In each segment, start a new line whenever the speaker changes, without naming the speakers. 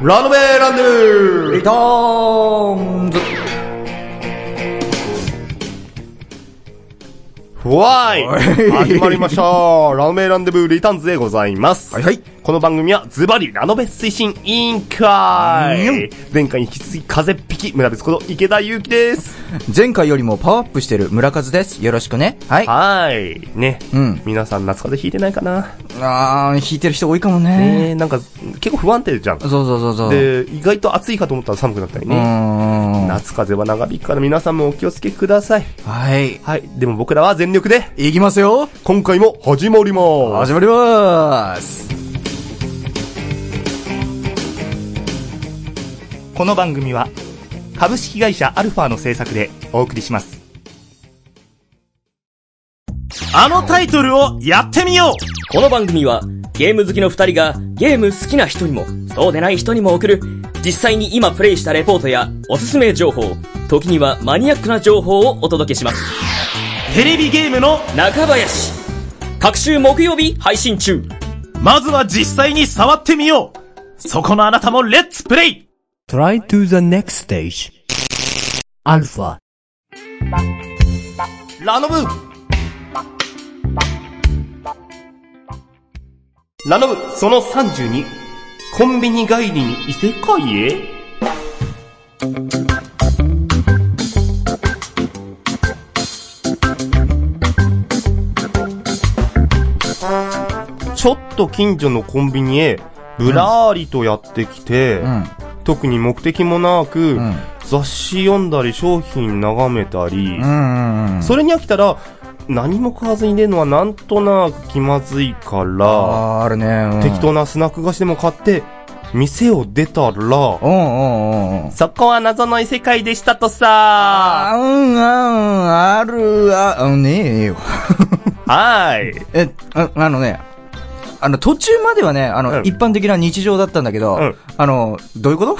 ラノベランドゥ
リターンズ
わーい
はい
始まりましたラノベランデブーリターンズでございます。
はいはい
この番組はズバリラノベ推進委員会、
うん
前回に引き続き風っぴき村別こと池田祐希です。
前回よりもパワーアップしてる村和です。よろしくね。はい。あ
はーい。ね。
うん
皆さん夏風邪ひいてないかな
あー、弾いてる人多いかもね。
ねえ、なんか結構不安定じゃん
そ。うそうそうそう。う
で、意外と暑いかと思ったら寒くなったり
ー
ね。
ん。は
夏風邪は長引くから皆さんもお気をつけください。
い。
はい。でも僕らは全力で、
いきますよ
今回も始まります。
始まります
この番組は株式会社アルファの制作でお送りします
あのタイトルをやってみよ
この番組はゲーム好きの二人がゲーム好きな人にもそうでない人にも送る実際に今プレイしたレポートやおすすめ情報時にはマニアックな情報をお届けします
うテレビゲームの、
中林各週木曜日配信中
まずは実際に触ってみようそこのあなたもレッツプレイ
Try to the next stage. Alpha.
ラノブラノブその32コンビニ帰りに異世界へちょっと近所のコンビニへぶらーりとやってきて、
うん。
特に目的もなく、
ん
雑誌読んだり商品眺めたり、
うんうんうん。
それに飽きたら何も買わずに出るのはなんとなく気まずいから、
あー、あるね。うん
適当なスナック菓子でも買って店を出たら
う、んうんうんうん。
そこは謎の異世界でしたとさ
あー、うん、あーうん、ある、あ、うんねえよ。
はーい。
え、ああのね、あの、途中まではね、あの、
うん
一般的な日常だったんだけど、
うん
あの、どういうこ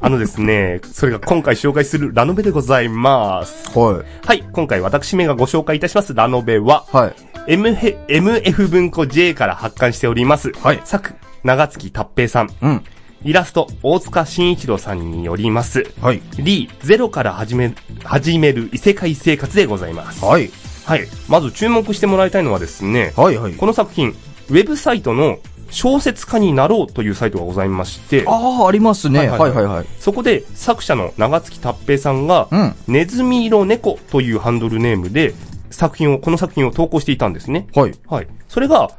あのですね、それが今回紹介するラノベでございます。
と はい。
はい、今回私めがご紹介いたしますラノベは、
はい。
MF, MF 文庫 J から発刊しております。
はい
作、長月達平さん。
うん。
イラスト、大塚慎一郎さんによります。
はい。
リー、ゼロから始め、始める異世界生活でございます。はい。
はい。
まず注目してもらいたいのはですね、
はい、はい。
この作品、ウェブサイトの小説家になろうというサイトがございまして、
ああ、ありますね。
は
はい
はい
いはいはい。
そこで作者の長月達平さんが、
うん
ネズミ色猫というハンドルネームで、作品を、この作品を投稿していたんですね。
はい。
はい。それが、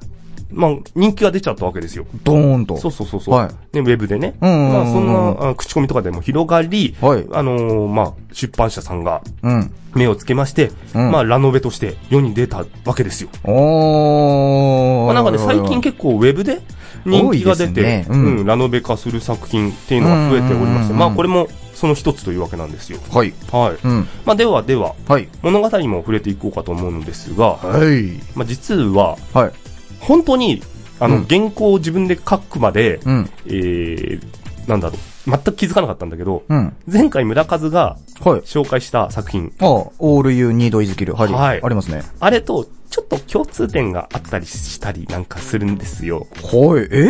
まあ、人気が出ちゃったわけですよ。
ドーンと。
そうそうそうそう、
はい
ね、ウェブでね。
うんうんうんうん
まあ、そんな、あ口コミとかでも広がり、
はい
あのーまあ、出版社さんが
うん。
目をつけまして、
うん
まあ、ラノベとして世に出たわけですよ。
お
ま
ー。
あ、なんかね、最近結構ウェブで人気が出て、
多いですね
う
うんん、
ラノベ化する作品っていうのが増えておりまして、
うんうんうんうん
まあ、これもその一つというわけなんですよ。
はい。
はい。
うん。
まあ、ではでは、
はい。
物語も触れていこうかと思うのですが、
はい。
まあ、実は、
はい。
本当に、あの、
うん
原稿を自分で書くまで、
うん。
えー、なんだろう、全く気づかなかったんだけど、
うん。
前回村和が
はい。
紹介した作品、
ああ、オールユーニードイズキル。はい。
はい
ありますね。
あれとちょっと共通点があったりしたりなんかするんですよ。
はい。え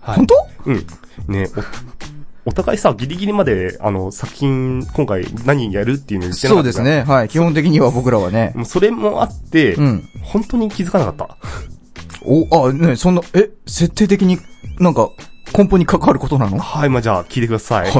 はい
本当
うん。ねお、お互いさ、ギリギリまで、あの、作品、今回何やるっていうの言ってな
そ
かった
うです。ね。はい。基本的には僕らはね。
もうそれもあって、
うん。
本当に気づかなかった。
お、あ、ね、そんな、え、設定的になんか根本に関わることなのは
はい、まあ、じゃあ聞いてください。
い。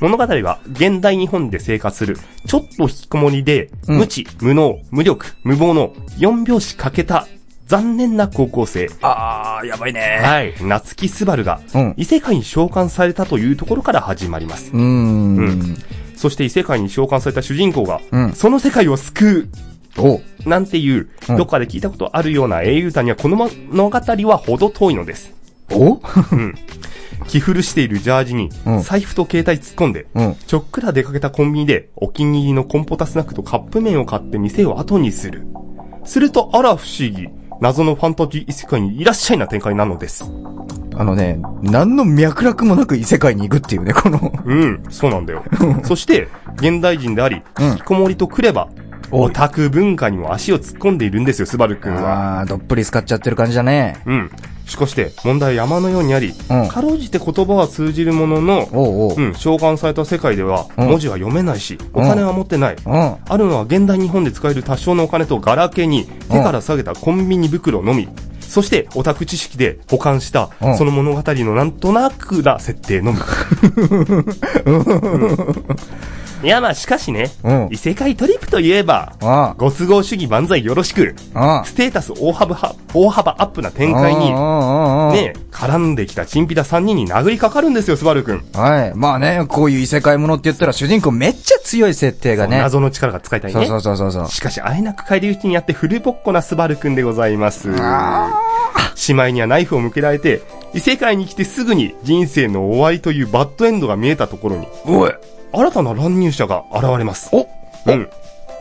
物語は現代日本で生活する、ちょっと引きこもりで、
うん
無知、無能、無力、無謀の4拍子かけた残念な高校生、
ああ、やばいね。
はい、夏木すばるが
うん、
異世界に召喚されたというところから始まります。
うーん。
そして異世界に召喚された主人公が、
うん
その世界を救
お、
う、なんていう、
うん
どっかで聞いたことあるような英雄歌にはこの物語はほど遠いのです。
お
着古しているジャージに
う、ん
財布と携帯突っ込んで、
うん。
ちょっくら出かけたコンビニで、お気に入りのコンポタスナックとカップ麺を買って店を後にする。すると、あら不思議。謎のファンタジー異世界にいらっしゃいな展開なのです。
あのね、何の脈絡もなく異世界に行くっていうね、この。
うん、そうなんだ よ。そして、現代人であり、
うん
引きこもりとくれば、
お
オ
い
タク文化にも足を突っ込んでいるんですよ、スバルくんは。
ああ、どっぷり使っちゃってる感じだね。
うん。しかして、問題は山のようにあり、
うん
かろうじて言葉は通じるものの、
おうおう。
うん、召喚された世界では、
うん
文字は読めないし、お
ん
金は持ってない。
うん。
あるのは現代日本で使える多少のお金とガラケーに、手から下げたコンビニ袋のみ、そしてオタク知識で保管した
う、ん
その物語のなんとなくな設定 のみ。うんいやまあしかしね
うん、
異世界トリップといえば
ああ、
ご都合主義万歳よろしく、
ああ。
ステータス大幅は、大幅アップな展開に
あ、ああああああ
ね、絡んできたチンピラ3人に殴りかかるんですよ、スバル君。
はい。まあね、こういう異世界ものって言ったら主人公めっちゃ強い設定がね。
謎の力が使いたい
そう
ね。
そうそうそうそう。
しかし、あえなく返り討ちにやって古ぼっこなスバルくんでございます。しまいにはナイフを向けられて、異世界に来てすぐに人生の終わりというバッドエンドが見えたところに、
おい
新たな乱入者が現れます。
お
うん。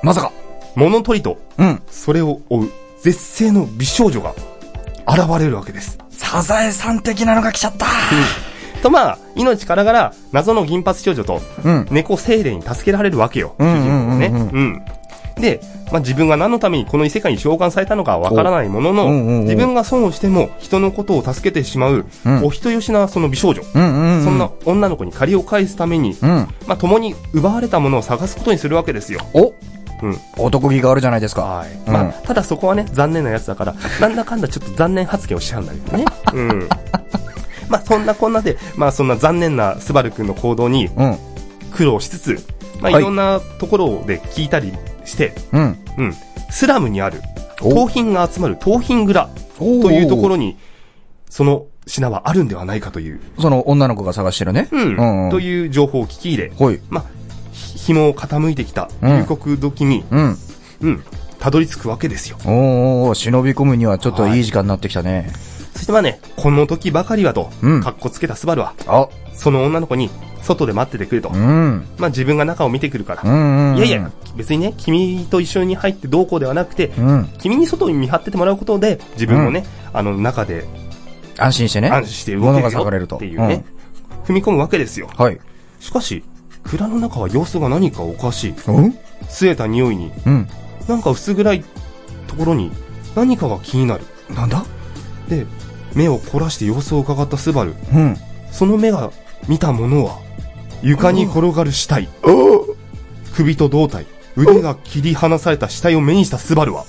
まさか
物取りと、
うん。
それを追う絶世の美少女が現れるわけです。
サザエさん的なのが来ちゃった
とまあ、命からがら謎の銀髪少女と
うん。
猫精霊に助けられるわけよ。
うん
主人公ね。
う
うん。
うん
で、まあ、自分が何のためにこの異世界に召喚されたのかわからないもの
おうんうんうん
の、自分が損をしても人のことを助けてしまう、
うん
お人よしなその美少女。
うんうんうん。
そんな。女の子に借りを返すために、
うん。
まあ、共に奪われたものを探すことにするわけですよ。
お
うん。
男気があるじゃないですか。
はい。
うん
まあ、ただそこはね、残念なやつだから、 なんだかんだちょっと残念発言をしちゃうんだけどね。うん。まあ、そんなこんなで、まあ、そんな残念なスバルくんの行動に
うん。
苦労しつつ、まあ、
はい
いろんなところで聞いたりして、
うん。
うん、スラムにある、
お
盗品が集まる盗品蔵
おー
というところに、その品はあるんではないかという、
その女の子が探してるね。
うん、と
う。
いう情報を聞き入れ、
ほい。
まあ、ひ紐を傾いてきた
うん
入国時に、
うん。
うん、たどり着くわけですよ。
おーおー忍び込むにはちょっといい時間になってきたね。
そしてまあね、この時ばかりはと、
うん
かっこつけたスバルは、
あ、
その女の子に、外で待っててくれと
う。ん。
まあ自分が中を見てくるか
う
ら。
んうん。
いやいや、別にね、君と一緒に入ってどうこうではなくて、
うん。
君に外に見張っててもらうことで、自分もね、あの、中で
安心してね。
安心して動
物
け
が
る
下がれる
よ
と。
っていうね、踏み込むわけですよ。
うん。はい。
しかし、蔵の中は様子が何かおかしい。
うん
据えた匂いに、
うん。
なんか薄暗いところに何かが気になる。
なんだ
で、目を凝らして様子を伺ったスバル。
うん。
その目が見たものは、床に転がる死体。首と胴体、腕が切り離された死体を目にしたスバルは、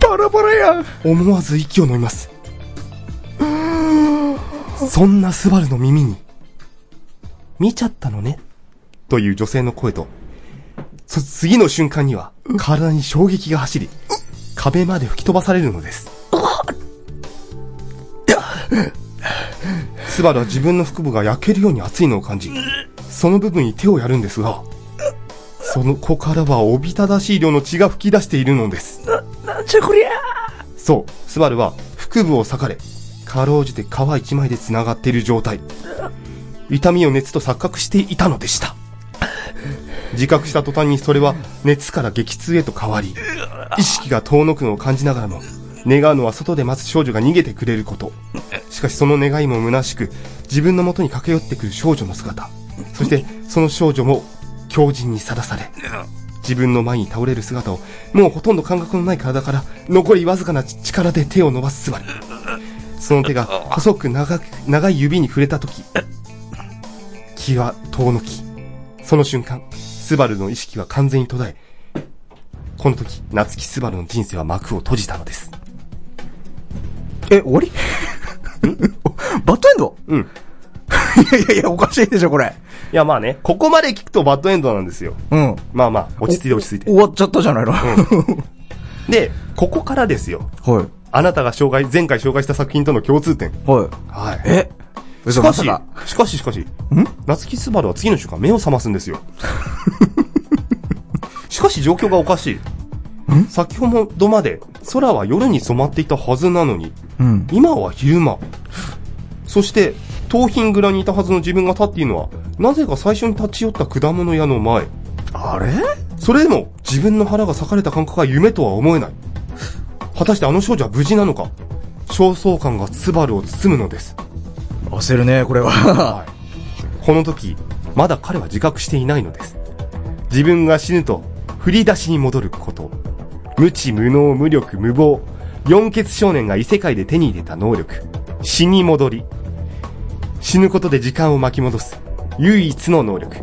バラバラや
思わず息を飲みます。そんなスバルの耳に、見ちゃったのね、という女性の声と、そ次の瞬間には、体に衝撃が走り、壁まで吹き飛ばされるのです。スバルは自分の腹部が焼けるように熱いのを感じ、その部分に手をやるんですが、その子からはおびただしい量の血が噴き出しているのです。そう、スバルは腹部を裂かれ、かろうじて皮一枚で繋がっている状態。痛みを熱と錯覚していたのでした。自覚した途端にそれは熱から激痛へと変わり、意識が遠のくのを感じながらも、願うのは外で待つ少女が逃げてくれること。しかしその願いも虚しく、自分の元に駆け寄ってくる少女の姿。そしてその少女も強靭にさらされ、自分の前に倒れる姿を、もうほとんど感覚のない体から、残りわずかな力で手を伸ばすスバル。その手が細く長く長い指に触れたとき、気は遠のき。その瞬間、スバルの意識は完全に途絶え、この時、夏木スバルの人生は幕を閉じたのです。
え、終わり バッドエンド
うん。
いやいやいや、おかしいでしょ、これ。
いやまあね、ここまで聞くとバッドエンドなんですよ。
うん。
まあまあ、落ち着いて落ち着いて
終。わっちゃったじゃないの。
で、ここからですよ。
はい。
あなたが紹介、前回紹介した作品との共通点。
はい。
はい。
え
し
嘘
か
まさ
し
か。、
しかししかし、夏木スバルは次の瞬間目を覚ますんです よ。しかし状況がおかしい。先ほどまで空は夜に染まっていたはずなのに、
うん。
今は昼間。そして、盗品蔵にいたはずの自分が立っているのは、なぜか最初に立ち寄った果物屋の前。
あれ
それでも自分の腹が裂かれた感覚は夢とは思えない。果たしてあの少女は無事なのか焦燥感がスバルを包むのです。
焦るね、これは。
この時、まだ彼は自覚していないのです。自分が死ぬと、振り出しに戻ること。無知無能無力無謀。四血少年が異世界で手に入れた能力。死に戻り。死ぬことで時間を巻き戻す。唯一の能力。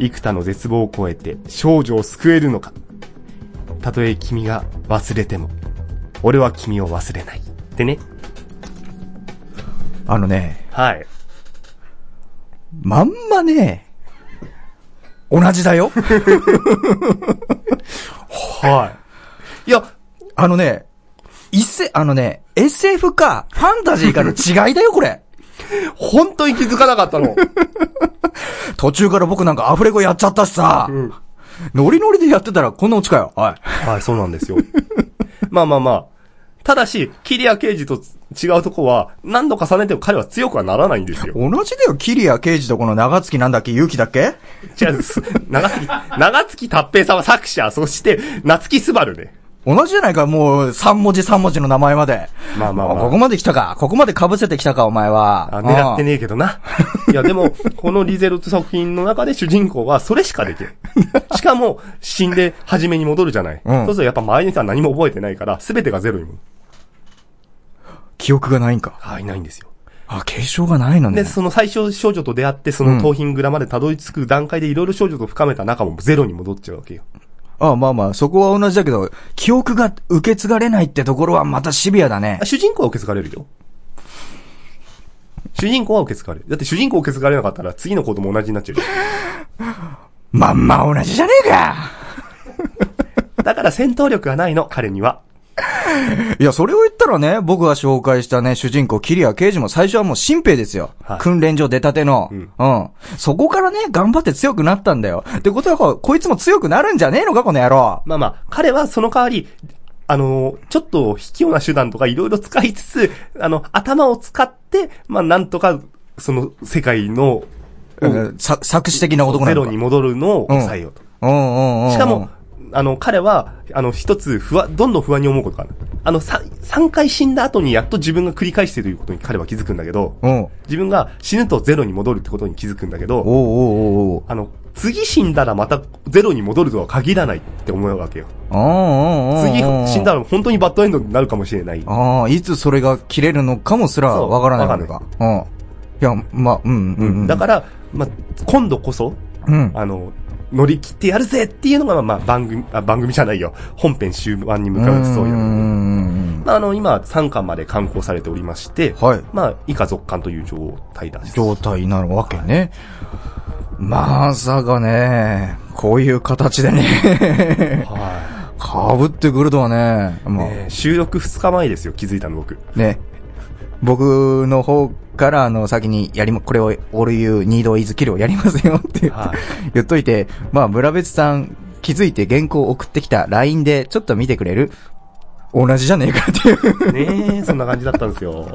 幾多の絶望を超えて少女を救えるのか。たとえ君が忘れても、俺は君を忘れない。でね。
あのね、
はい。
まんまね、同 じだよ。
はい。いや、
あのね、一世、あのね、SF か、ファンタジーかの違いだよ、これ。
本当に気づかなかったの。
途中から僕なんかアフレコやっちゃったしさ、ノリノリでやってたらこんなオチかよ、おい。
はい、そうなんですよ。 まあまあまあ。ただし、キリア刑事と違うとこは、何度重ねても彼は強くはならないんですよ。
同じだよ、キリア刑事とこの長月なんだっけ、勇気だっけ
違うです。 長月、長月達平さんは作者、そして、夏木すばるね。
同じじゃないか、もう、3文字3文字の名前まで。
まあまあまあ
ここまで来たか、ここまで被せてきたか、お前は。
あ狙って
ね
ねえけどな。いや、でも、このリゼロって作品の中で主人公はそれしかできない。しかも、死んで初めに戻るじゃない。
う
そう
ん
するとやっぱ周りの人は何も覚えてないから、すべてがゼロにも。
記憶がないんか。
はい、ないんですよ。
あ、継承がないのね
で、。その最初少女と出会って、その盗品蔵までたどり着く段階でいろいろ少女と深めた仲もゼロに戻っちゃうわけよ。
あまあまあ、そこは同じだけど、記憶が受け継がれないってところはまたシビアだね
あ。主人公は受け継がれるよ。主人公は受け継がれる。だって主人公受け継がれなかったら次の子とも同じになっちゃうじ
まんま同じじゃねえか
ゃん。だから戦闘力がないの、彼には。
いや、それを言ったらね、僕が紹介したね、主人公、キリア刑事も最初はもう新兵ですよ。
はい
訓練所出たての、うん。そこからね、頑張って強くなったんだよ。ってことはこう、こいつも強くなるんじゃねえのか、この野郎。
まあまあ、彼はその代わり、あのーちょっと卑怯な手段とかいろいろ使いつつ、あの、頭を使って、まあなんとか、その世界の
うん、さ、作詞的な男な
ゼ
の
ロ
か。
に戻るのを抑えようと。
うんうんうん。
しかも、、あの、彼は、あの、一つ不安、どんどん不安に思うことがある。あの、さ三回死んだ後にやっと自分が繰り返してるということに彼は気づくんだけど、
うん。おう
自分が死ぬとゼロに戻るってことに気づくんだけど、
おうおうおう。
あの、次死んだらまたゼロに戻るとは限らないって思うわけよ。
うんうんうん。
次死んだら本当にバッドエンドになるかもしれない。
ああ、いつそれが切れるのかもすら
そう
わからないわけか。うん。いや、まあ、うん、うん、うん。
だから、まあ、今度こそ、
うん。
あの、乗り切ってやるぜっていうのが、まあ、番組、あ、番組じゃないよ。本編終盤に向かうストーリー
う
なの
ん。
まあ、あの、今、3巻まで刊行されておりまして、
はい
まあ、以下続巻という状態だし。
状態なわけね。まさかね、こういう形でね、
は
被ってくるとはね、
い。
まあ、
ねえ収録2日前ですよ、気づいたの僕。
ね、僕の方から、あの、先にやりま、これを、俺言う、二度いずきるをやりますよって言って、
はい
言っといて、まあ、村別さん気づいて原稿送ってきた LINE で、ちょっと見てくれる同じじゃねえかっていう。
ねえ、そんな感じだったんですよ。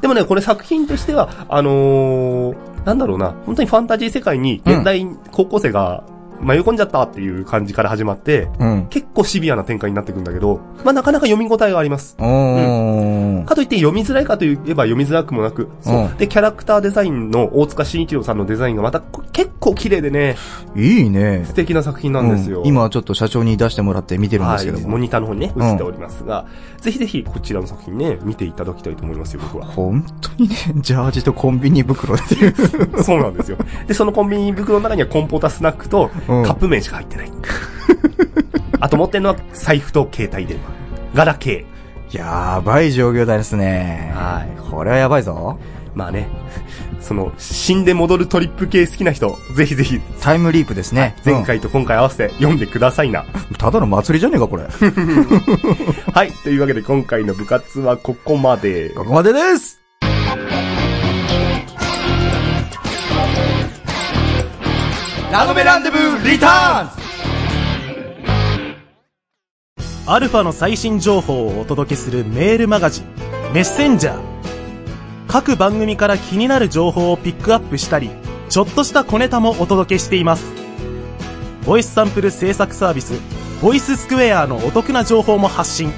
でもね、これ作品としては、あのーなんだろうな、本当にファンタジー世界に現代高校生が迷い込んじゃったっていう感じから始まって、
うん。
結構シビアな展開になっていくんだけど、まあなかなか読み応えがあります。
おー。
かといって読みづらいかといえば読みづらくもなく、そう。
うん
で、キャラクターデザインの大塚慎一郎さんのデザインがまたこ結構綺麗でね、
いいね。
素敵な作品なんですよ。
うん今ちょっと社長に出してもらって見てるんで
は
す
い
けど、も。
モニターの方にね、映っておりますが、ぜひぜひこちらの作品ね、見ていただきたいと思いますよ、僕は。
本当にね、ジャージとコンビニ袋っていう。
そうなんですよ。で、そのコンビニ袋の中にはコンポータスナックとカ
うん
ップ麺しか入ってない。 あと持ってんのは財布と携帯電話。ガラケ
やばい状況だですね。
はい
これはやばいぞ。
ー。まあね、その、死んで戻るトリップ系好きな人、ぜひぜひ、
タイムリープですね。
前回と今回合わせて読んでくださ いな。
うんただの祭りじゃねえか、これ。こ
はい。というわけで今回の部活はここまで。
こまでですラノベランデブーリターン
アルファの最新情報をお届けするメールマガジン、メッセンジャー。各番組から気になる情報をピックアップしたり、ちょっとした小ネタもお届けしています。ボイスサンプル制作サービス、ボイススクエアのお得な情報も発信。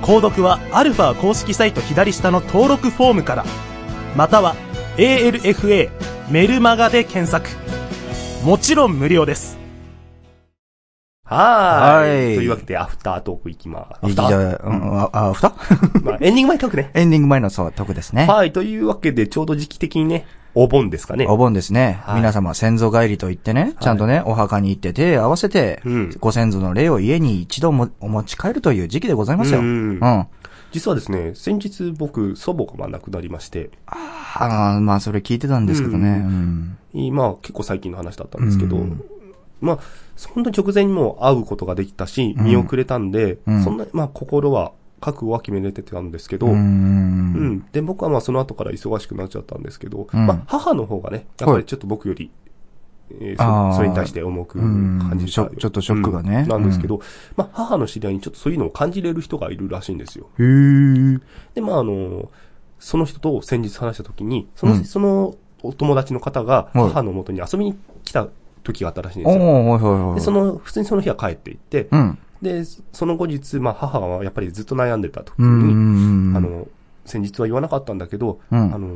購読はアルファ公式サイト左下の登録フォームから、または ALFA メルマガで検索。もちろん無料です。
はーい
はーい
というわけで、アフタートークいきます。アフ
じ
タ
ゃ
ー、
あ、うん、あ、あ、ふた
まあ、エンディング前書くね。
エンディング前のそう、特ですね。
はい、というわけで、ちょうど時期的にね、お盆ですかね。
お盆ですね。
い
皆様、先祖帰りと言ってね、ちゃんとね、お墓に行って手合わせて、
うん
ご先祖の霊を家に一度もお持ち帰るという時期でございますよ。
うん
うん。あ
実はですね、先日僕、祖母がまあ亡くなりまして、
あ、まあ、それ聞いてたんですけどね。うん。
まあ結構最近の話だったんですけど、
うん
まあ、そんな直前にもう会うことができたし、見送れたんで、
うん
そんな、まあ心は、覚悟は決めれてたんですけど、
う。
うんん。で、僕はまあその後から忙しくなっちゃったんですけど、
うん
まあ母の方がね、やっぱりちょっと僕より、えー
あー
そそれに対して重く感じた、
うんショちょっとショックが
う
ね
んなんですけど、まあ母の知り合いにちょっとそういうのを感じれる人がいるらしいんですよ。
へー
で、まああの、その人と先日話した時に、その、
うん
そのお友達の方が
はい
母の元に遊びに来た時があったらしいん
お
ですよ。
ー、はいはいはい。
で、その、普通にその日は帰っていって、
うん。
で、その後日、まあ母はやっぱりずっと悩んでた時
う
に、
ん。
あ、の、先日は言わなかったんだけど、
うん
あの、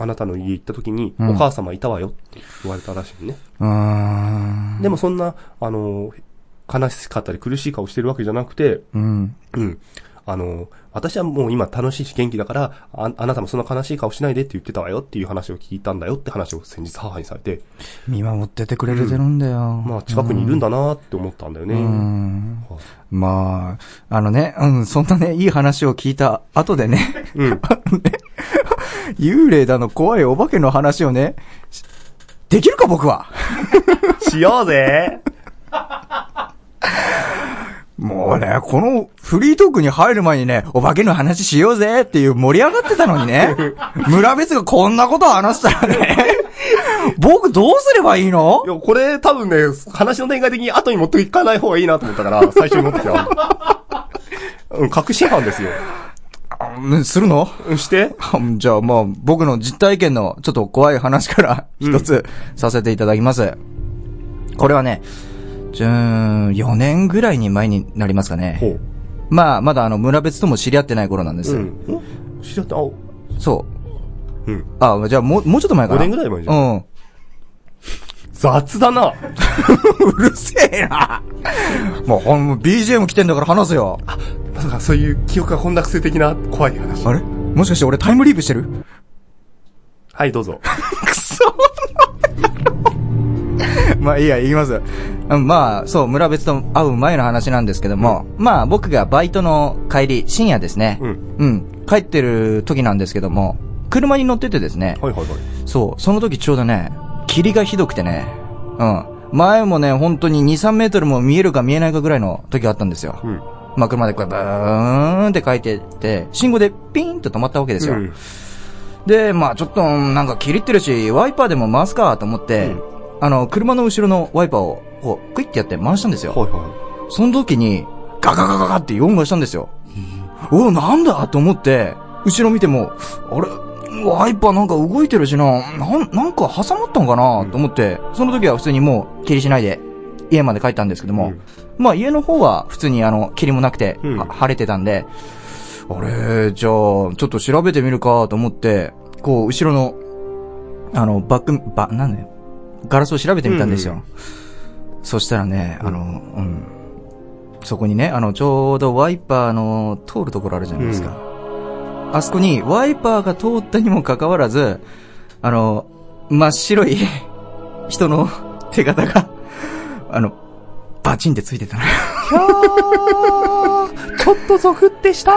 あなたの家行った時に、
うん
お母様いたわよって言われたらしいのね。
うーん。
でもそんな、あの、悲しかったり苦しい顔してるわけじゃなくて、
うん。
うん。あの、私はもう今楽しいし元気だから、ああなたもそんな悲しい顔しないでって言ってたわよっていう話を聞いたんだよって話を先日母にされて、
見守っててくれてるんだよ。
まあ近くにいるんだなって思ったんだよね。
うん
はい
まあ、あのね、うん、そんなね、いい話を聞いた後でね、
うん。
幽霊だの怖いお化けの話をね、しできるか僕は
しようぜ
もうね、このフリートークに入る前にね、お化けの話しようぜっていう盛り上がってたの にね、村別がこんなことを話したらね、僕どうすればいいの
いや、これ多分ね、話の展開的に後に持っていかない方がいいなと思ったから、最初に持ってきた。うん、確信犯ですよ。
うんするの
うんして
うんじゃあまあ、僕の実体験のちょっと怖い話から
うん
一つさせていただきます。これはね、じゅーん、4年ぐらいに前になりますかね。
う。
まあ、まだあの、村別とも知り合ってない頃なんです。
うん。知り合った、あ、
そう。
うん。
あ、じゃあもう、もうちょっと前かな。
5年ぐらい前じゃ
うん。
雑だな。
うるせえなもうほん、もう BGM 来てんだから話すよ。あ
まさかそういう記憶が混濁する的な怖い話。
れもしかして俺タイムリープしてる
はい、どうぞ。
くそまあいいや、言います。うんまあ、そう、村別と会う前の話なんですけども、まあ僕がバイトの帰り、深夜ですね。
うん。
うん。帰ってる時なんですけども、車に乗っててですね、
はいはいはい。
そう、その時ちょうどね、霧がひどくてね、うん。前もね、本当に2、3メートルも見えるか見えないかぐらいの時があったんですよ。
うん。
まあ車でこうブーンって書いてって、信号でピーンと止まったわけですよ。
うん
で、まあちょっと、なんか切りってるし、ワイパーでも回すかと思って、
うん
あの、車の後ろのワイパーを、こう、クイッてやって回したんですよ。
はいは
その時に、ガガガガガっていう音がしたんですよ。おお、なんだと思って、後ろ見ても、あれ、ワイパーなんか動いてるしな、なん、なんか挟まったんかな、と思って、その時は普通にもう、切りしないで、家まで帰ったんですけど
う
も、
ん
まあ家の方は普通にあの、霧もなくて、
うん
は晴れてたんで、あれ、じゃあ、ちょっと調べてみるか、と思って、こう、後ろの、あの、バック、バ、なんだよ、ガラスを調べてみたんですよ。
うん
そしたらね、
うん
あの、うん。そこにね、あの、ちょうどワイパーの通るところあるじゃないですか。あそこにワイパーが通ったにもかかわらず、あの、真っ白い 人の手形が、あの、バチンってついてたな。
い。ちょっとゾフってした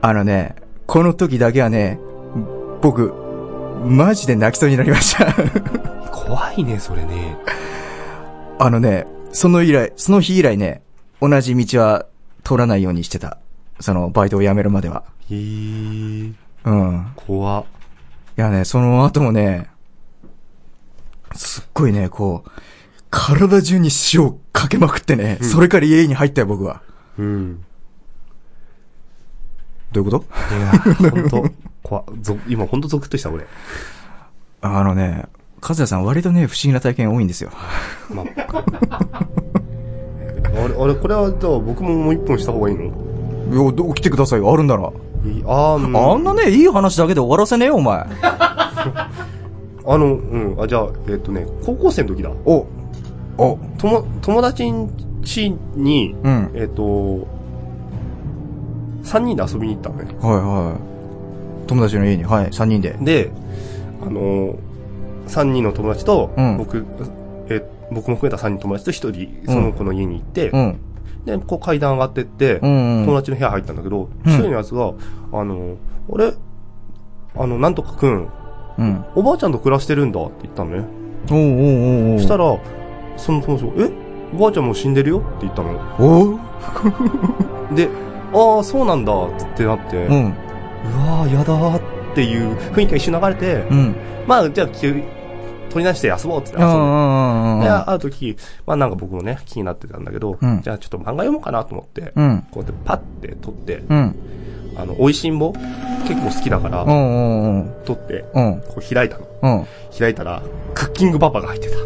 あのね、この時だけはね、僕、マジで泣きそうになりました。
怖いね、それね。
あのね、その以来、その日以来ね、同じ道は通らないようにしてた。その、バイトを辞めるまでは。
へー。
うん。
怖っ。
いやね、その後もね、すっごいね、こう、体中に塩をかけまくってね、それから家に入ったよ、僕は。
うん。
どういうこと
いや、本 当怖っぞ今本当ゾクッとした、俺。
あのね、和也さん割とね、不思議な体験多いんですよ。
まあ、あれ、あれ、これは、じゃあ僕ももう一本した方がいいの
いや、ど起きてくださいよ、あるんだな。
いいあー、うん、
あんなね、いい話だけで終わらせねえよ、お前。
あの、うん、あ、じゃあ、えっとね、高校生の時だ。
お、お、
とも、友達ん家に、
うん。
えっ、と、3人で遊びに行ったのね。
はいはい。友達の家に、はい、3人で。
で、あの、3人の友達と
うん、
僕、え僕も含めた3人の友達と1人、その子の家に行って、
うん。
で、こう階段上がってって、
うん、うん。
友達の部屋入ったんだけど、
うん
一人のやつが、あの、俺、あの、なんとかくん、
うん。
おばあちゃんと暮らしてるんだって言ったのね。
おうおうおうおう。
そしたら、その友達が、えおばあちゃんもう死んでるよって言ったの。
おう
で、ああ、そうなんだってなって、
う
うわ
ん。
あ、やだーっていう雰囲気が一瞬流れて、
うん。
まあ、じゃあ、気を取り出して遊ぼうって
うんう
遊んで。
んうん
で、会う時まあなんか僕もね、気になってたんだけど、
うん
じゃあちょっと漫画読もうかなと思って、
うん。
こうやってパッて撮って、
うん。
あの、美味しんぼ結構好きだか
うん。う
ら、
ん。うん。
撮って、
うん。
こう開いたの。
うん。
開いたら、クッキングパパが入ってた。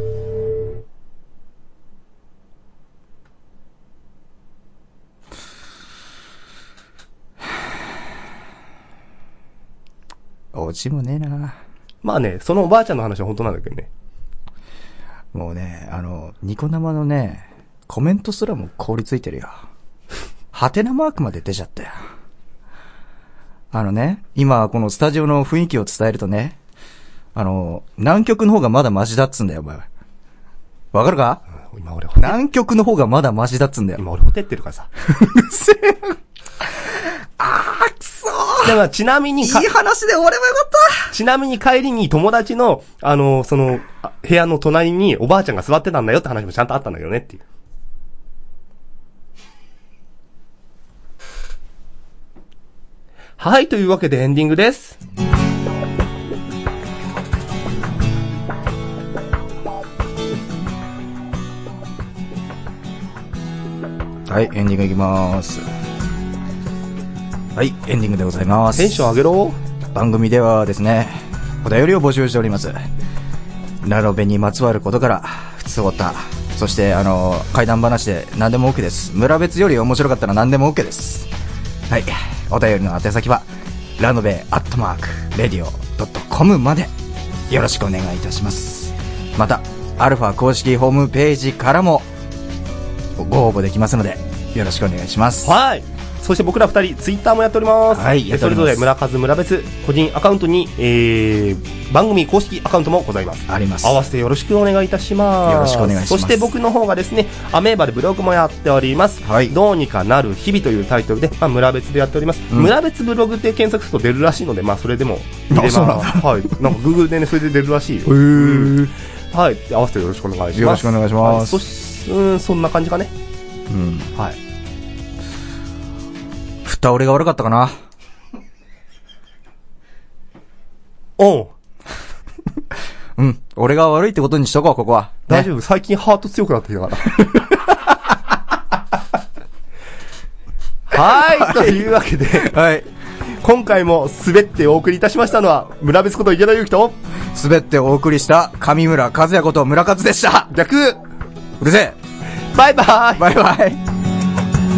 オチもねえな
まあね、そのおばあちゃんの話は本当なんだけどね。
もうね、あの、ニコ生のね、コメントすらも凍りついてるよ。ハテナマークまで出ちゃったよ。あのね、今このスタジオの雰囲気を伝えるとね、あの、南極の方がまだマシだっつんだよ、お前。わかるか
今俺、
南極の方がまだマシだっつんだよ。
今俺ホテってるから さ。でもちなみにか
いい、話で終わればよかっ
ちなみに帰りに友達の、あの、その、あ部屋の隣におばあちゃんが座ってたんだよって話もちゃんとあったんだけどねっていう。はい、というわけでエンディングです。
たはい、エンディングいきまーす。はい、エンディングでございます。
テンション上げろ。
番組ではですね、お便りを募集しております。ラロベにまつわることから、ふつおた、そして、あの、怪談話で何でも OK です。村別より面白かったら何でも OK です。はい。お便りの宛先は、ラノベアットマーク、レディオドットコムまで、よろしくお願いいたします。また、アルファ公式ホームページからも、ご応募できますので、よろしくお願いします。
はい。そして僕ら二人、ツイッターもやっております。
はいやって
そ
おり
れ
ま
ぞ
す
れ村数村別、個人アカウントに、えー、番組公式アカウントもございます。
あります。
合わせてよろしくお願いいたします。
よろしくお願いします
そして僕の方がですね、アメーバでブログもやっております。
はい
どうにかなる日々というタイトルで、まあ、村別でやっております。
うん
村別ブログって検索すると出るらしいので、まあ、それでも見れ
あ
ます。
そうなんだ
はい。なんか Google でね、それで出るらしいよ。
ー
はい。で合わせてよろしくお願いします。
よろしくお願いします
はそし、うん、そんな感じかね。
うん。
はい。
ふった俺が悪かったかな。
おん。
うん。俺が悪いってことにしとこう、ここは。
大丈夫、最近ハート強くなってきた から。はい、というわけで、
夫。はい。
今回も滑ってお送りいたしましたのは、村別こと池田祐希と、
すべてお送りした、上村和也こと村和でした。
逆、
うるせ
バイバイ
え。バイバイ。